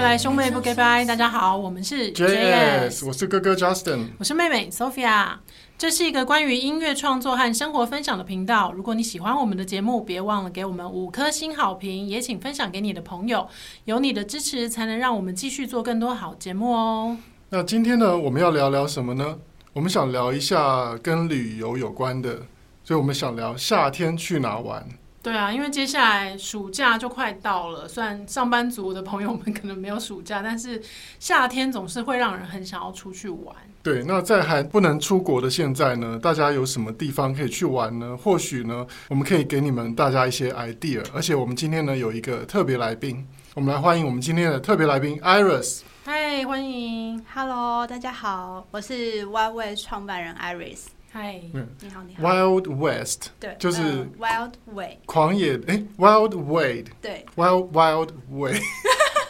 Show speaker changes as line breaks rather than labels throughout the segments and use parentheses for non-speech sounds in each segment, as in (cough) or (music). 来兄妹不 g 拜，大家好，我们是
JS，我是哥哥 Justin。
我是妹妹 Sophia。这是一个关于音乐创作和生活分享的频道。如果你喜欢我们的节目，别忘了给我们五颗星好评，也请分享给你的朋友。有你的支持，才能让我们继续做更多好节目哦。
那今天呢，我们要聊聊什么呢？我们想聊一下跟旅游有关的，所以我们想聊夏天去哪玩。
对啊，因为接下来暑假就快到了，虽然上班族的朋友们可能没有暑假，但是夏天总是会让人很想要出去玩。
对，那在还不能出国的现在呢，大家有什么地方可以去玩呢？或许呢，我们可以给你们大家一些 idea。而且我们今天呢，有一个特别来宾，我们来欢迎我们今天的特别来宾 Iris。
嗨，欢迎！
Hello，大家好，我是 Wild Way 创办人 Iris。
嗨，
你好，你好。
Wild West，
对，
就是
嗯 Wild Way。
狂野诶 w i l d Wade，Wild
对，
Wild Wade，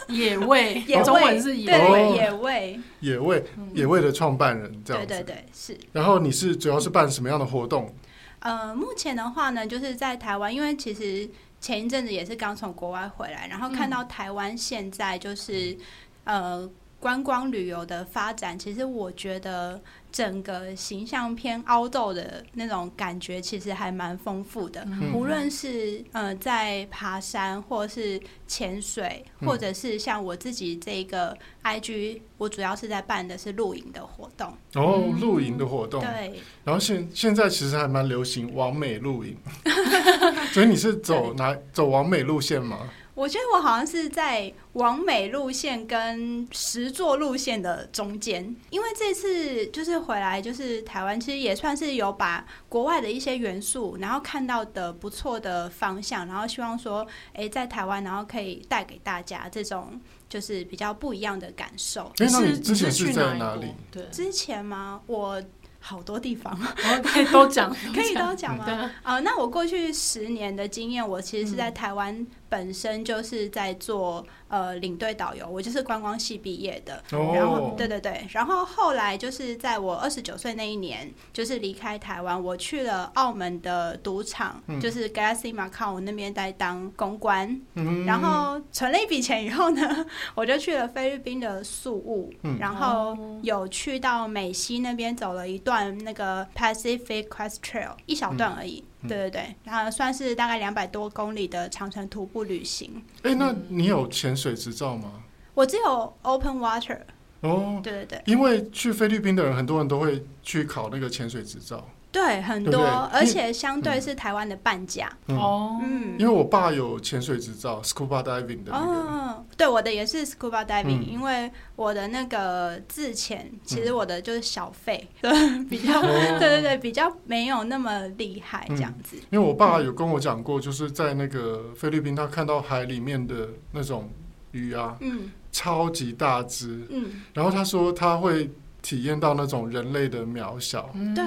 野味，
野味
中文是野
对
味
味。
野味，
野味野味的创办人这样
对
子。
对对，是。
然后你是主要是办什么样的活动？
呃，目前的话呢，就是在台湾，因为其实前一阵子也是刚从国外回来，然后
嗯
看到台湾现在就是、呃观光旅游的发展，其实我觉得整个形象偏凹豆的那种感觉，其实还蛮丰富的。
嗯
无论是呃在爬山，或是潜水，
嗯
或者是像我自己这个 IG，我主要是在办的是露营的活动。
然后
嗯
露营的活动，
对，
然后现现在其实还蛮流行完美露营，所以你是走哪走完美路线吗？
我觉得我好像是在往美路线跟实作路线的中间，因为这次就是回来就是台湾，其实也算是有把国外的一些元素，然后看到的不错的方向，然后希望说，诶，在台湾然后可以带给大家这种就是比较不一样的感受。
哎，那
是
你之前
是
是
去
在
哪
哪
一国
里？？
(laughs) 对，
之前吗？我好多地方啊
(laughs)
然后 (laughs) 可以哦都讲，
可以都讲吗？
对，啊
呃，那我过去十年的经验，我其实是在台湾本身就是在做呃领队导游，我就是观光系毕业的。然后
哦，
对对对，然后后来就是在我二十九岁那一年，就是离开台湾，我去了澳门的赌场，
嗯
就是 Galaxy Macau 那边在当公关。
嗯
然后存了一笔钱以后呢， (laughs) 我就去了菲律宾的宿务，
嗯
然后有去到美西那边走了一段那个 Pacific Crest Trail，一小段而已。
嗯
对对对，然后算是大概两百多公里的长城徒步旅行。
哎，那你有潜水执照吗？
我只有 Open Water，
哦，
对对对
因为去菲律宾的人，很多人都会去考那个潜水执照。
对，很多，
对嗯不对
而且相对是台湾的半价。
嗯，
哦，
嗯，
因为我爸有潜水执照，scuba diving 的那个。
哦，对，我的也是 scuba diving，、
嗯
因为我的那个自潜，其实我的就是小费， (laughs) 比较，
哦
对对对，比较没有那么厉害这样子。
因为我爸有跟我讲过，就是在那个菲律宾，他看到海里面的那种鱼啊，
嗯
超级大只，
嗯，
然后他说他会体验到那种人类的渺小。
嗯
对，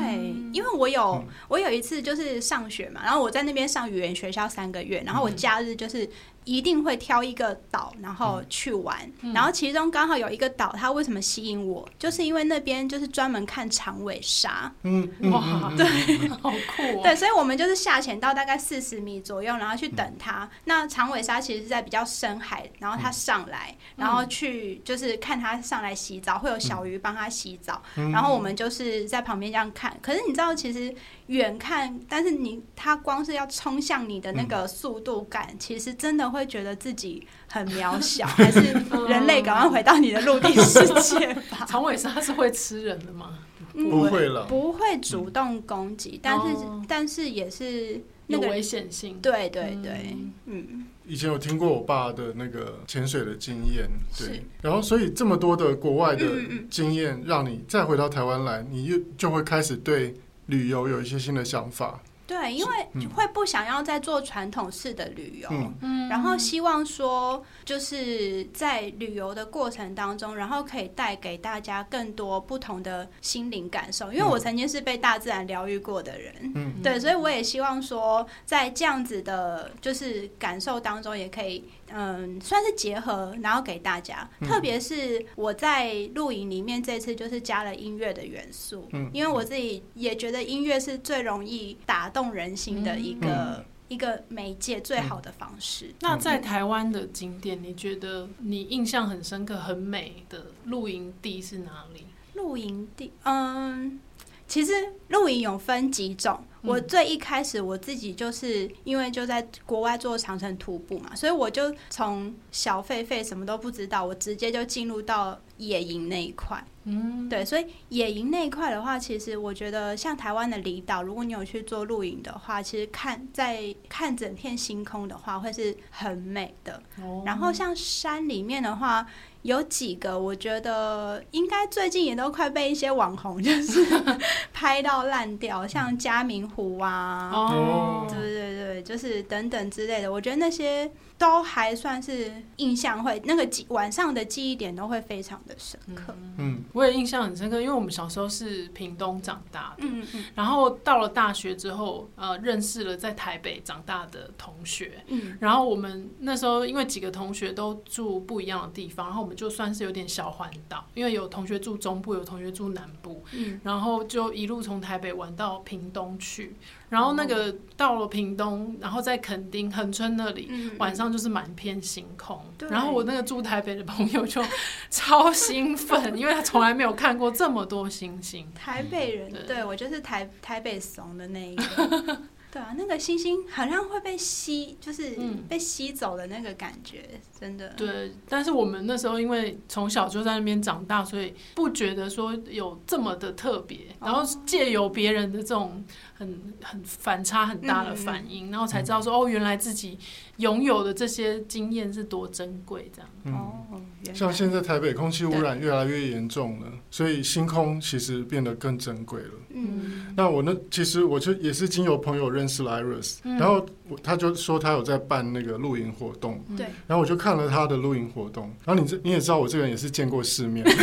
因为我有、
嗯
我有一次就是上学嘛，然后我在那边上语言学校三个月，然后我假日就是一定会挑一个岛，然后去玩，
嗯
然后其中刚好有一个岛，它为什么吸引我，就是因为那边就是专门看长尾鲨，
嗯，嗯
哇，
嗯嗯
对，好酷哦，
对，所以我们就是下潜到大概四十米左右，然后去
嗯
等它。那长尾鲨其实是在比较深海，然后它上来，然后去就是看它上来洗澡，会有小鱼帮它洗澡，
嗯
然后我们就是在旁边这样看。可是你知道，其实远看，但是你它光是要冲向你的
嗯
那个速度感，其实真的会觉得自己很
(laughs)
渺小，还是人类赶快回到你的陆地世界吧。
(laughs)
长尾鲨是会吃人的吗？
嗯
不会了。
不会主动攻击，但是、
哦
但是也是那
有
个
危险性，
对对对，嗯，
以前有听过我爸的那个潜水的经验，对
是。
然后，所以这么多的国外的
嗯嗯嗯
经验，让你再回到台湾来，你又就会开始对旅游有一些新的想法。
对，因为
嗯
会不想要再做传统式的旅游。
嗯，
嗯
然后希望说，就是在旅游的过程当中，然后可以带给大家更多不同的心灵感受。因为我
嗯
曾经是被大自然疗愈过的人，
嗯
对，所以我也希望说，在这样子的，就是感受当中，也可以，嗯，算是结合，然后给大家。
嗯
特别是我在录影里面这次就是加了音乐的元素，
嗯
因为我自己也觉得音乐是最容易打动人心的一个一个媒介最好的方式。
那在台湾的景点，你觉得你印象很深刻、很美的露营地是哪里？
露营地，嗯，其实露营有分几种。我
嗯
最一开始我自己就是因为就在国外做长城徒步嘛，所以我就从小狒狒什么都不知道，我直接就进入到野营那一块。
嗯，
对，所以野营那一块的话，其实我觉得像台湾的离岛，如果你有去做露营的话，其实看在看整片星空的话，会是很美的。
哦
然后像山里面的话，有几个我觉得应该最近也都快被一些网红 (laughs) 就是
(laughs)
拍到烂掉，像嘉明湖啊，
嗯哦
哦，
对对对，就是等等之类的。我觉得那些都还算是印象会，那个记晚上的记忆点都会非常的深刻。
嗯，
我也印象很深刻，因为我们小时候是屏东长大的，
嗯嗯
然后到了大学之后，呃，认识了在台北长大的同学。
嗯
然后我们那时候因为几个同学都住不一样的地方，然后我们就算是有点小环岛，因为有同学住中部，有同学住南部，
嗯
然后就一路从台北玩到屏东去。然后那个到了屏东，然后在垦丁恒春那里，
嗯，
晚上就是满片星空，
对
然后我那个住台北的朋友就 (laughs) 超兴奋，因为他从来没有看过这么多星星。
台北人，
对
对我就是台台北怂的那一个。对啊，那个星星好像会被吸，就是
嗯
被吸走的那个感觉，真的。
对，但是我们那时候因为从小就在那边长大，所以不觉得说有这么的特别，
哦
然后借由别人的这种很很反差很大
嗯
的反应，然后才知道说哦，原来自己拥有的这些经验是多珍贵，这样。
嗯，
哦，原来
像现在台北空气污染越来越严重了，所以星空其实变得更珍贵了。
嗯
那我那其实我就也是经由朋友认识了 Iris，、
嗯
然后我他就说他有在办那个露营活动，
嗯
对，
然后我就看了他的露营活动，然后你这你也知道我这个人也是见过世面， (laughs)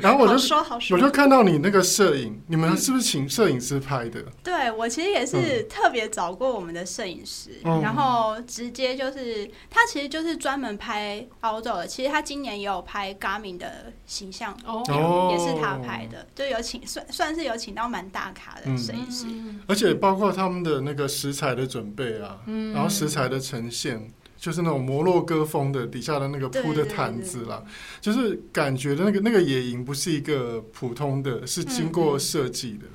然后我
好
就
说好说，
我就看到你那个摄影，你们是不是请摄影师拍的？
对我其实也是特别找过我们的摄影师，
嗯
然后直接就是他其实就是专门拍 outdoor 的，其实他今年也有拍 Garmin 的形象
哦
表，
哦
也是他拍的，就有请算算是有请到蛮大咖的摄影师。
嗯
而且包括他们的那个食材的准备啊，
嗯
然后食材的呈现，就是那种摩洛哥风的底下的那个铺的毯子啦，就是感觉的那个那个野营不是一个普通的，是经
嗯
过设计的。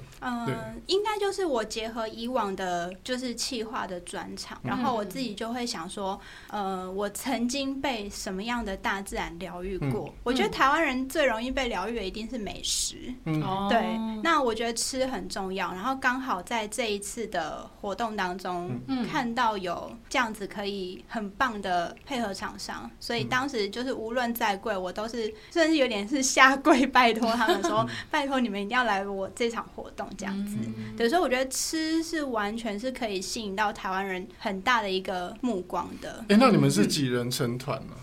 对
嗯，应该就是我结合以往的，就是企划的专场，
嗯
然后我自己就会想说，呃，我曾经被什么样的大自然疗愈过？
嗯
我觉得台湾人最容易被疗愈的一定是美食，
嗯，
哦
对。那我觉得吃很重要，然后刚好在这一次的活动当中，
嗯
看到有这样子可以很棒的配合厂商，所
嗯
以当时就是无论再贵，我都是甚至有点是下跪拜托他们
嗯
说，拜托你们一定要来我这场活动这样子。
嗯
嗯
对，所以我觉得吃是完全是可以吸引到台湾人很大的一个目光的。
哎，那你们是几人成团呢、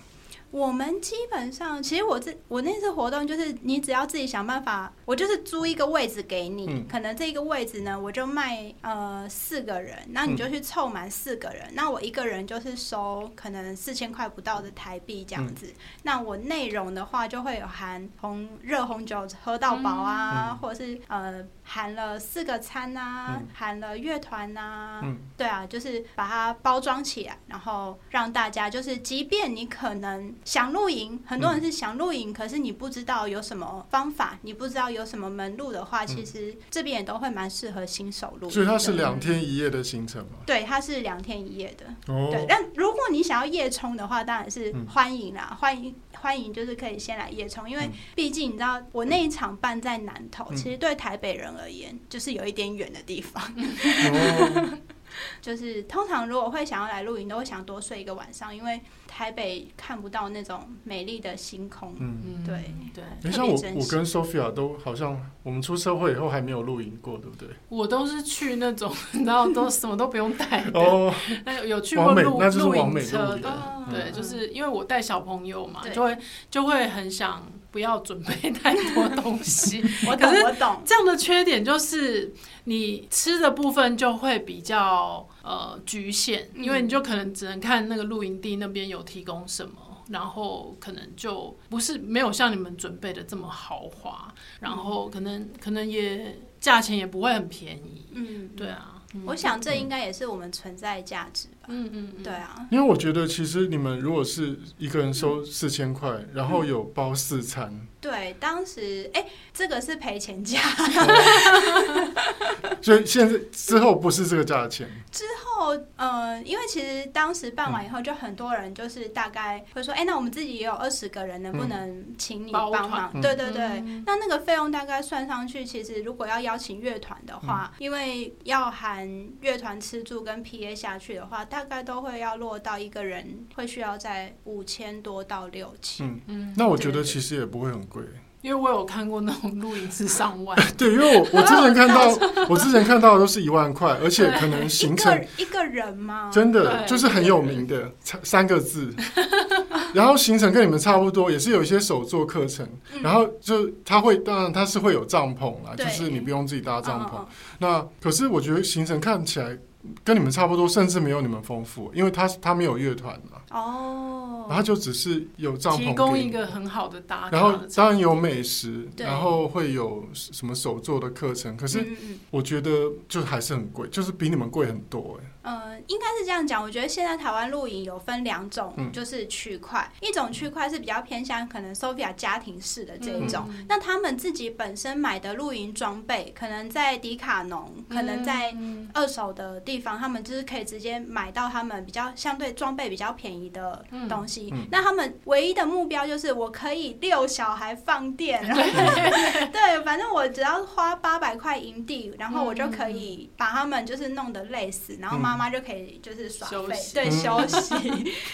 我们基本上，其实我自我那次活动就是，你只要自己想办法，我就是租一个位置给你，
嗯
可能这个位置呢，我就卖呃四个人，那你就去凑满四个人，那我一个人就是收可能四千块不到的台币这样子。那我内容的话就会有含红热红酒喝到饱啊，
嗯
或者是呃含了四个餐啊，
嗯
含了乐团啊，
嗯
对啊，就是把它包装起来，然后让大家就是，即便你可能想露营，很
嗯
多人是想露营，可是你不知道有什么方法，你不知道有什么门路的话，其实这边也都会蛮适合新手露营的。
嗯所以它是两天一夜的行程嘛？
对，它是两天一夜的。对
哦，，
但如果你想要夜冲的话，当然是
嗯
欢迎啦，欢迎欢迎，就是可以先来夜冲，因为
嗯
毕竟你知道，我那一场办在南投，
嗯
其实对台北人而言，就是有一点远的地方。 (laughs)
哦，
就是通常如果会想要来露营，都会想多睡一个晚上，因为台北看不到那种美丽的星空。 (laughs)
嗯。
嗯
对
对，
诶
特
像
别
我
珍惜
我跟 Sophia 都好像我们出社会以后还没有露营过，对不对？
我都是去那种， (laughs) 你知道，都什么都不用带的。
哦，
那有有去过
完美
露
那就是
露
完
营
美露
车
营
的，
哦
对，
嗯
就是因为我带小朋友嘛，
对
就会就会很想不要准备太多东西。 (laughs)
我
可
懂，
是
我懂。
这样的缺点就是你吃的部分就会比较呃局限，
嗯
因为你就可能只能看那个露营地那边有提供什么。然后可能就不是没有像你们准备的这么豪华，然后可能可能也价钱也不会很便宜，
嗯，
对啊，
我想这应该也是我们存在的价值吧。
嗯嗯，嗯
对，啊，
因为我觉得其实你们如果是一个人收四千块，然后有包四
(laughs)
餐，
对，当时哎、这个是赔钱价，
所以现在之后不是这个价钱，
后，呃，因为其实当时办完以后，就很多人就是大概会说，哎、那我们自己也有二十个人，能不能请你
包
帮
团
忙？
嗯
对对对。
嗯
那那个费用大概算上去，其实如果要邀请乐团的
嗯
话，因为要含乐团吃住跟 PA 下去的话，大概都会要落到一个人会需要在五千多到六千。
嗯。
嗯，
那我觉得其实也不会很贵，
因为我有看过那种录影是上万，
对，因为我我之前看
(laughs)
到，我之前看到的都是一万块，而且可能
一
行程
个一个人吗？
嗯真的
对
就是很有名的三三个字， (laughs) 然后行程跟你们差不多，也是有一些手作课程，
嗯
然后就他会，当然他是会有帐篷啦，就
对
是你不用自己搭帐篷
嗯。
那可是我觉得行程看起来跟你们差不多，甚至没有你们丰富，因为他他没有乐团啊，
哦，
然后就只是有帐
提
篷
供
给
一
你。
个很好的搭卡的
然后当然有美食，
啊对
然后会有什么手作的课程，可是
嗯嗯
我觉得就还是很贵，就是比你们贵很多哎、
呃，应该是这样讲。我觉得现在台湾露营有分两种，
嗯
就是区块，一种区块是比较偏向可能 Sophia 家庭式的这一种。
嗯
那他们自己本身买的露营装备，可能在迪卡侬，可能在
嗯
二手的地方，他们就是可以直接买到他们比较相对装备比较便宜的东西。
嗯嗯
那他们唯一的目标就是我可以遛小孩放电，然后对，反正我只要花八百块营地，然后我就可以把他们就是弄得累死，然后妈妈就可以就是耍
休
废，
息
对，
嗯
(laughs)
休息，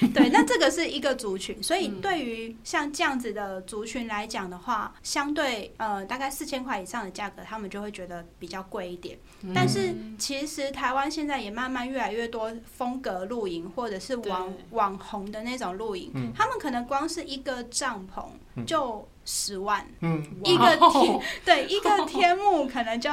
对。那这个是一个族群，所以
嗯
对于像这样子的族群来讲的话，相对呃大概四千块以上的价格，他们就会觉得比较贵一点。但是
嗯
其实台湾现在也慢慢越来越多风格露营，或者是网
对
网红的那种露营，
嗯
他们可能光是一个帐篷
嗯
就十万，
嗯，
一个
哇哦
天对，一个天幕可能就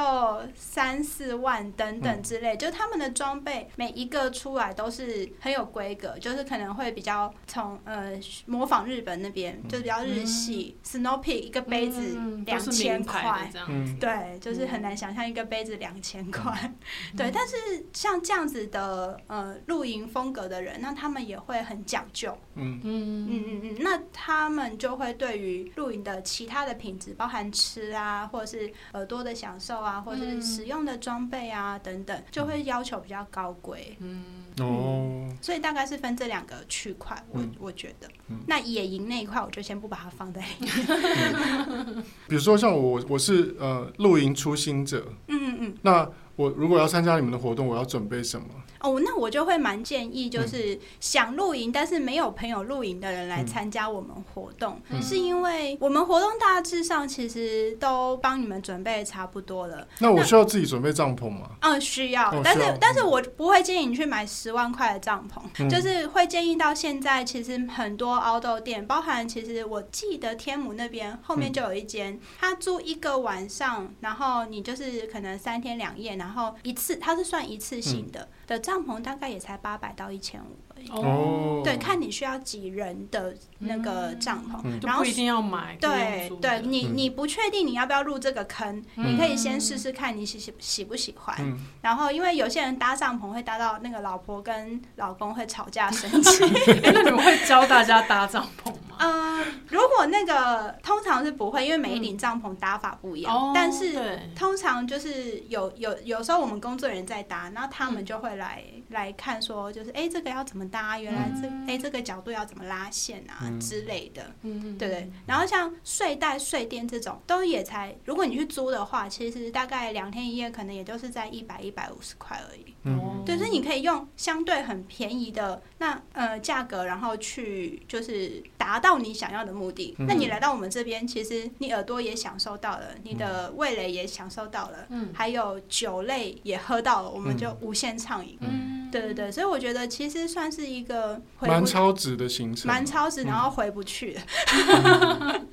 三四万等等之类，就他们的装备每一个出来都是很有规格，就是可能会比较从呃模仿日本那边，就比较日系、Snow Peak 一个杯子
嗯
两
都是
千
名牌的
块，
这样，
嗯
对，就是很
嗯
难想象一个杯子两千块。 (laughs) 对，但是像这样子的呃露营风格的人，那他们也会很讲究。
嗯
嗯
嗯
嗯嗯，那他们就会对于露营的其他的品质，包含吃啊，或者是耳朵的享受啊，或者是
嗯
使用的装备啊等等，就会要求比较高贵。
嗯，
哦，
所以大概是分这两个区块，我、
嗯
我觉得。
嗯
那野营那一块，我就先不把它放在里面。 (laughs)
(laughs) 比如说像我，我是呃露营初心者，
嗯嗯嗯。
那我如果要参加你们的活动，我要准备什么？
哦，那我就会蛮建议，就是想露营、但是没有朋友露营的人来参加我们活动，
嗯
是因为我们活动大致上其实都帮你们准备得差不多了。
那我需要自己准备帐篷吗？
嗯，需要，
哦
但
需
是
要
但是我不会建议你去买十万块的帐篷，
嗯
(laughs) 就是会建议到现在其实很多 outdoor 店，包含其实我记得天母那边后
嗯
面就有一间，他租一个晚上，然后你就是可能三天两夜，然后一次它是算一次
嗯
性的、的帐篷，大概也才八百到一千五而已。
哦，
对，看你需要几人的那个帐篷，
嗯
就
然后
不一定要买，
对
不用租
对，
的
你
嗯
你不确定你要不要入这个坑，
嗯
你可以先试试看你喜喜喜不喜欢。
嗯，
然后因为有些人搭帐篷会搭到那个老婆跟老公会吵架生
(laughs)
气。
哎 (laughs) 那你们会教大家搭帐篷吗？
呃，如果那个通常是不会，因为每一顶帐篷搭法不一样，
嗯哦，
但是。
对
通常就是有有有时候我们工作人员在搭，然后他
嗯
们就会来、来看说，就是哎、诶这个要怎么搭，原来这哎、
嗯
诶这个角度要怎么拉线啊、
嗯
之类的。
嗯，
对对，然后像睡袋、睡垫这种，都也才，如果你去租的话，其实大概两天一夜，可能也就是在一百一百五十块而已。
嗯
哦
对，所以你可以用相对很便宜的那呃价格，然后去就是达到你想要的目的。那你来到我们这边，其实你耳朵也享受到了，你的味蕾也享受到了，
嗯
还有酒类也喝到了，我们
嗯
就无限畅饮。
嗯，
对对对，所以我觉得其实算是一个回
蛮
不
超值的行程，
蛮超值，然后回不去了。
嗯，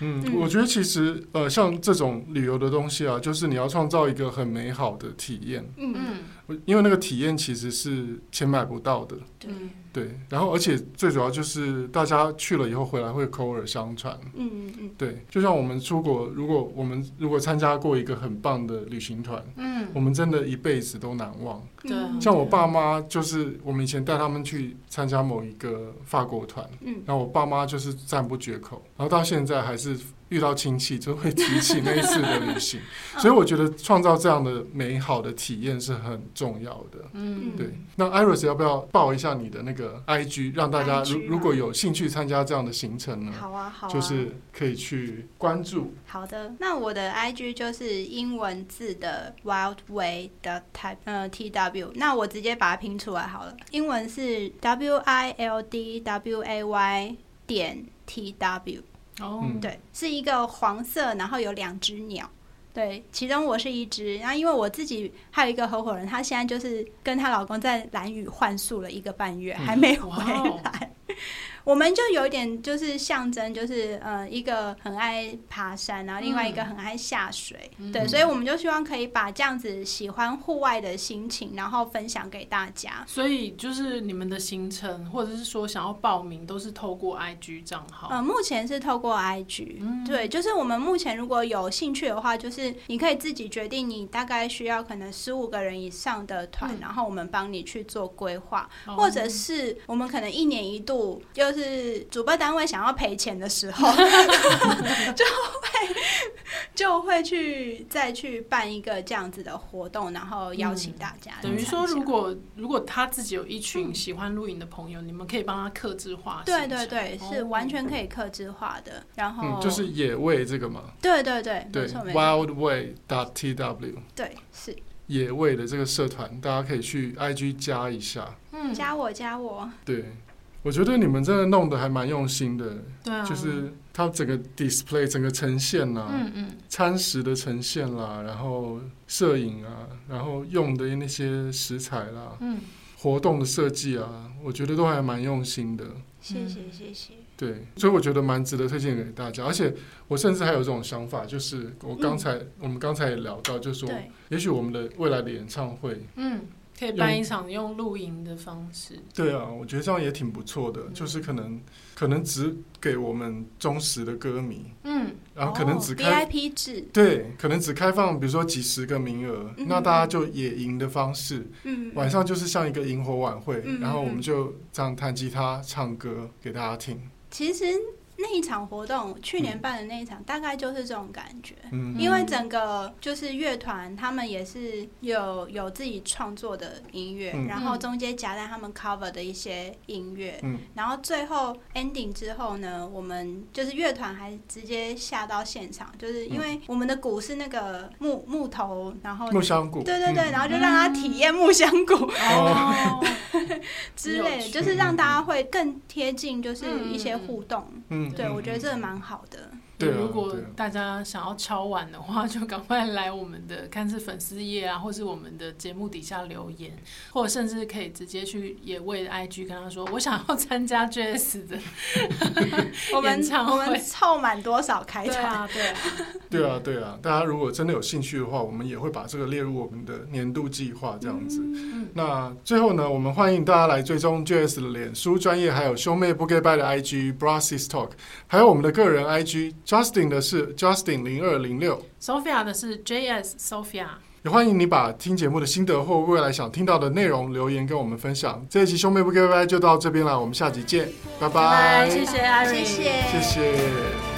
嗯
我觉得其实呃，像这种旅游的东西啊，就是你要创造一个很美好的体验，
嗯，
嗯，
我因为那个体验其实是钱买不到的。
对，
嗯
对，然后而且最主要就是大家去了以后回来会口耳相传。
嗯嗯
对，就像我们出国，如果我们如果参加过一个很棒的旅行团，
嗯
我们真的一辈子都难忘。
对啊
嗯，
像我爸妈就是我们以前带他们去参加某一个法国团，
嗯，
然后我爸妈就是赞不绝口，然后到现在还是遇到亲戚就会提起那一次的旅
(laughs)
行，
嗯
所
哦
以我觉得创造这样的美好的体验是很重要的。
嗯，
对，那 Iris 要不要报一下你的那个 IG，让大家
IG
如
吗
如果有兴趣参加这样的行程呢，
好啊好啊，
嗯就是可以去关注。
好的，那我的 IG 就是英文字的 wildway 的 type，呃 T W，那我直接把它拼出来好了。英文是 W I L D W A Y 点 T W，
哦，
嗯
对，是一个黄色，然后有两只鸟。对，其中我是一只，然后因为我自己还有一个合伙人，她现在就是跟她老公在蓝屿换宿了一个半月，
嗯
还没回
哇哦
来。 (laughs) 我们就有一点就是象征，就是呃，一个很爱爬山，然后另外一个很爱下水，
嗯
对，所以我们就希望可以把这样子喜欢户外的心情，然后分享给大家。
所以就是你们的行程，或者是说想要报名，都是透过 IG 账号。
呃，目前是透过 IG，、
嗯
对，就是我们目前如果有兴趣的话，就是你可以自己决定你大概需要可能十五个人以上的团，
嗯
然后我们帮你去做规划，
哦
或者是我们可能一年一度，就是主办单位想要赔钱的时
(laughs)
候，就会就会去再去办一个这样子的活动，然后邀请大家来参加、
嗯等于说，如果如果他自己有一群喜欢露营的朋友，你们可以帮他克制化行
对
程。
对对，
哦
是完全可以克制化的。然后、
嗯，就是野味这个嘛，
对对对，
对哦
没哦错没错，
，wildway dot tw
对是
野味的这个社团，大家可以去 IG 加一下。
嗯，
加我加我，
对，我觉得你们真的弄得还蛮用心的，
对啊，
就是它整个 display 整个呈现呐、
嗯嗯
餐食的呈现啦，然后摄影啊，然后用的那些食材啦，
嗯，
活动的设计啊，我觉得都还蛮用心的。
谢谢
嗯
谢谢。
对，所以我觉得蛮值得推荐给大家。而且我甚至还有这种想法，就是我
嗯
刚才、我们刚才也聊到，就是说，
对，
也许我们的未来的演唱会，
嗯，可以办一场用露营的方式。
对啊，我觉得这样也挺不错的。
嗯
就是可能可能只给我们忠实的歌迷， (laughs)
嗯，
然后可能只
哦
开、
VIP 制，
对，可能只开放比如说几十个名额，
嗯
那大家就野营的方式，
嗯，
晚上就是像一个萤火晚会，
嗯嗯
然后我们就这样弹吉他、唱歌给大家听。
其实那一场活动，去年办的那一场，大概就是这种感觉。
嗯，
因为整个就是乐团，他们也是有有自己创作的音乐，
嗯
然后中间夹带他们 cover 的一些音乐，
嗯
然后最后 ending 之后呢，我们就是乐团还直接下到现场，就是
嗯
因为我们的鼓是那个木木头，然后
木香谷，
哦对对对，
嗯
然后就让他体验木香鼓，
啊
哦，
之类
有
的，
趣
就是让大家会更贴近，就是一些
嗯嗯嗯
互动。
嗯
对，
嗯
我觉得这个
嗯
蛮好的。
对啊
如果
对啊
大家想要敲碗的话，就赶快来我们的看似粉丝页啊，或是我们的节目底下留言，或者甚至可以直接去野味的 IG 跟他说，我想要参加 JS 的。
我
(laughs)
们
演唱会
我们凑满多少开
对
场？
啊，对啊，
对啊，对啊，大家如果真的有兴趣的话，我们也会把这个列入我们的年度计划这样子。
嗯
那最后呢，我们欢迎大家来追踪 JS 的脸书专业，还有兄妹不 g a y b y 的 IG Brassis Talk，还有我们的个人 IG Justin 的是 Justin 零二零六。
Sophia 的是 JS Sophia。
也欢迎你把听节目的心得或未来想听到的内容留言跟我们分享。这一期兄妹不 g a y b y 就到这边了，我们下集见，拜
拜拜，
拜，
谢谢艾瑞，
谢
谢
谢，
谢